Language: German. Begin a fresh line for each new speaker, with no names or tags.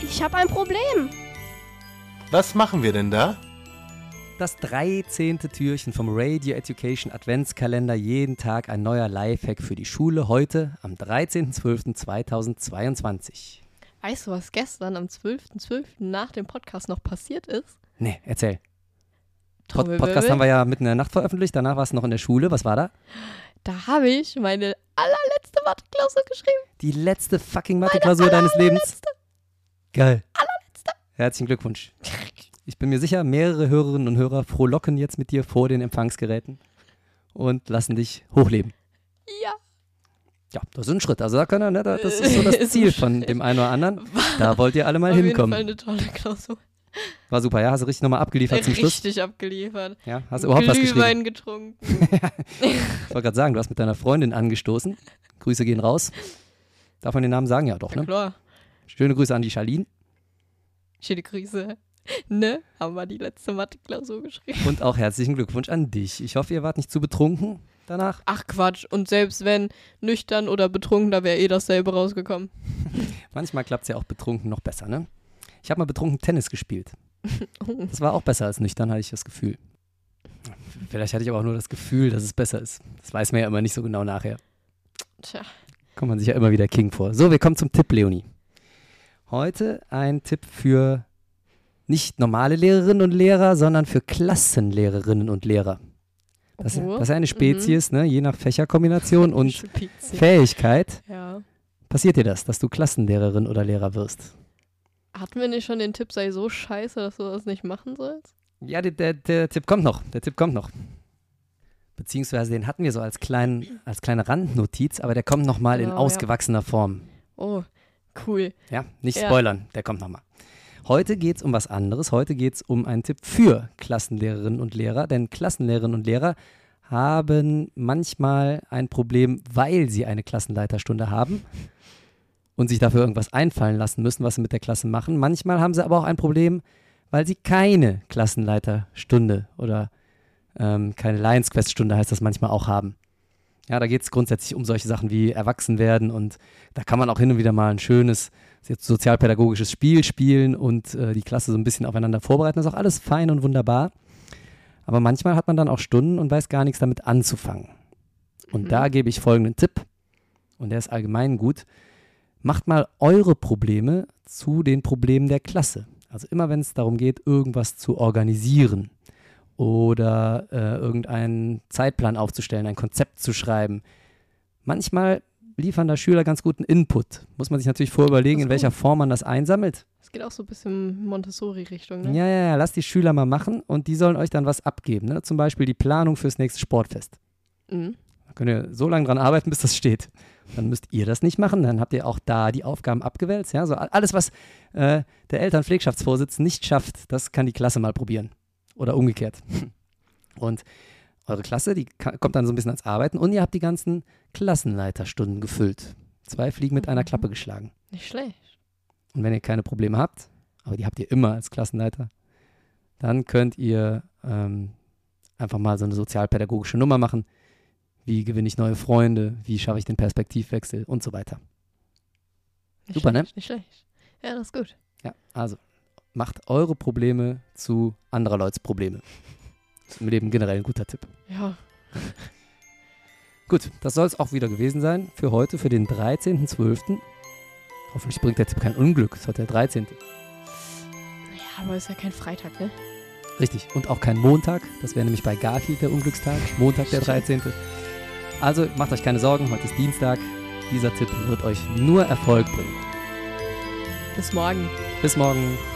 Ich habe ein Problem.
Was machen wir denn da?
Das 13. Türchen vom Radio Education Adventskalender. Jeden Tag ein neuer Lifehack für die Schule. Heute am 13.12.2022.
Weißt du, was gestern am 12.12. nach dem Podcast noch passiert ist?
Nee, erzähl. Pod
Trommelwirbel.
Podcast haben wir ja mitten in der Nacht veröffentlicht. Danach war es noch in der Schule. Was war da?
Da habe ich meine allerletzte Matheklausur geschrieben.
Die letzte fucking Mathe-Klausur deines Lebens. Geil. Herzlichen Glückwunsch. Ich bin mir sicher, mehrere Hörerinnen und Hörer frohlocken jetzt mit dir vor den Empfangsgeräten und lassen dich hochleben.
Ja.
Ja, das ist ein Schritt. Also da kann er, ne, da, das ist so das
Ist ein
Ziel von dem einen oder anderen. Da wollt ihr alle mal
Auf jeden Fall
hinkommen.
eine tolle Klausur.
War super, ja? Hast du richtig nochmal abgeliefert zum Schluss?
Richtig abgeliefert.
Ja, hast du überhaupt was geschrieben?
Glühwein getrunken.
Ich wollte gerade sagen, du hast mit deiner Freundin angestoßen. Grüße gehen raus. Darf man den Namen sagen? Ja, doch,
Ja,
ne?
klar.
Schöne Grüße an die Charlene
Schöne Grüße. Ne? Haben wir die letzte Matheklausur geschrieben.
und auch herzlichen Glückwunsch an dich. Ich hoffe, ihr wart nicht zu betrunken danach.
Ach Quatsch. Und selbst wenn nüchtern oder betrunken, da wäre eh dasselbe rausgekommen.
Manchmal klappt es ja auch betrunken noch besser, ne? Ich habe mal betrunken Tennis gespielt.
Oh.
Das war auch besser als nüchtern, hatte ich das Gefühl. Vielleicht hatte ich aber auch nur das Gefühl, dass es besser ist. Das weiß man ja immer nicht so genau nachher.
Tja.
Kommt man sich ja immer wieder King vor. So, wir kommen zum Tipp, Leonie. Heute ein Tipp für nicht normale Lehrerinnen und Lehrer, sondern für Klassenlehrerinnen und Lehrer. Das,
Oh.
das ist eine Spezies, ne? je nach Fächerkombination und
Spitze.
Fähigkeit.
Ja.
Passiert dir das, dass du Klassenlehrerin oder Lehrer wirst?
Hatten wir nicht schon den Tipp, sei so scheiße, dass du das nicht machen sollst?
Ja, der, der, der Tipp kommt noch. Der Tipp kommt noch. Beziehungsweise den hatten wir so als, kleinen, als kleine Randnotiz, aber der kommt nochmal in
Genau, ja.
ausgewachsener Form.
Oh, cool.
Ja, nicht
Ja.
spoilern, der kommt nochmal. Heute geht es um was anderes. Heute geht es um einen Tipp für Klassenlehrerinnen und Lehrer, denn Klassenlehrerinnen und Lehrer haben manchmal ein Problem, weil sie eine Klassenleiterstunde haben und sich dafür irgendwas einfallen lassen müssen, was sie mit der Klasse machen. Manchmal haben sie aber auch ein Problem, weil sie keine Klassenleiterstunde oder ähm, keine Lions Quest Stunde heißt das manchmal auch haben. Ja, da geht es grundsätzlich um solche Sachen wie erwachsen werden und da kann man auch hin und wieder mal ein schönes so- sozialpädagogisches Spiel spielen und äh, die Klasse so ein bisschen aufeinander vorbereiten. Das ist auch alles fein und wunderbar. Aber manchmal hat man dann auch Stunden und weiß gar nichts damit anzufangen. Und
Mhm.
da gebe ich folgenden Tipp, und der ist allgemein gut. Macht mal eure Probleme zu den Problemen der Klasse. Also immer wenn es darum geht, irgendwas zu organisieren oder äh, irgendeinen Zeitplan aufzustellen, ein Konzept zu schreiben. Manchmal liefern da Schüler ganz guten Input. Muss man sich natürlich vorüberlegen,
Das ist
in welcher Form man das einsammelt.
Es geht auch so ein bisschen Montessori-Richtung, ne?
Ja, ja, ja, lasst die Schüler mal machen und die sollen euch dann was abgeben. Ne? Zum Beispiel die Planung fürs nächste Sportfest.
Mhm.
Da könnt ihr so lange dran arbeiten, bis das steht. Dann müsst ihr das nicht machen. Dann habt ihr auch da die Aufgaben abgewälzt. Ja, so a- alles, was äh, der Elternpflegschaftsvorsitzende nicht schafft, das kann die Klasse mal probieren. Oder umgekehrt. Und eure Klasse, die ka- kommt dann so ein bisschen ans Arbeiten und ihr habt die ganzen Klassenleiterstunden gefüllt. Zwei Fliegen mit einer
Mhm.
Klappe geschlagen.
Nicht schlecht.
Und wenn ihr keine Probleme habt, aber die habt ihr immer als Klassenleiter, dann könnt ihr ähm, einfach mal so eine sozialpädagogische Nummer machen. Wie gewinne ich neue Freunde? Wie schaffe ich den Perspektivwechsel? Und so weiter.
Nicht
Super, ne?
schlecht, Nicht schlecht. Ja, das ist gut.
Ja, also macht eure Probleme zu anderer Leuts Probleme. Ist Im Leben generell ein guter Tipp.
Ja.
Gut, das soll es auch wieder gewesen sein für heute, für den 13.12. Hoffentlich bringt der Tipp kein Unglück. Es ist heute der 13.
Ja, aber ist ja kein Freitag, ne?
Richtig. Und auch kein Montag. Das wäre nämlich bei Garfield der Unglückstag. Montag der
Stimmt.
13. Also macht euch keine Sorgen, heute ist Dienstag. Dieser Tipp wird euch nur Erfolg bringen.
Bis morgen.
Bis morgen.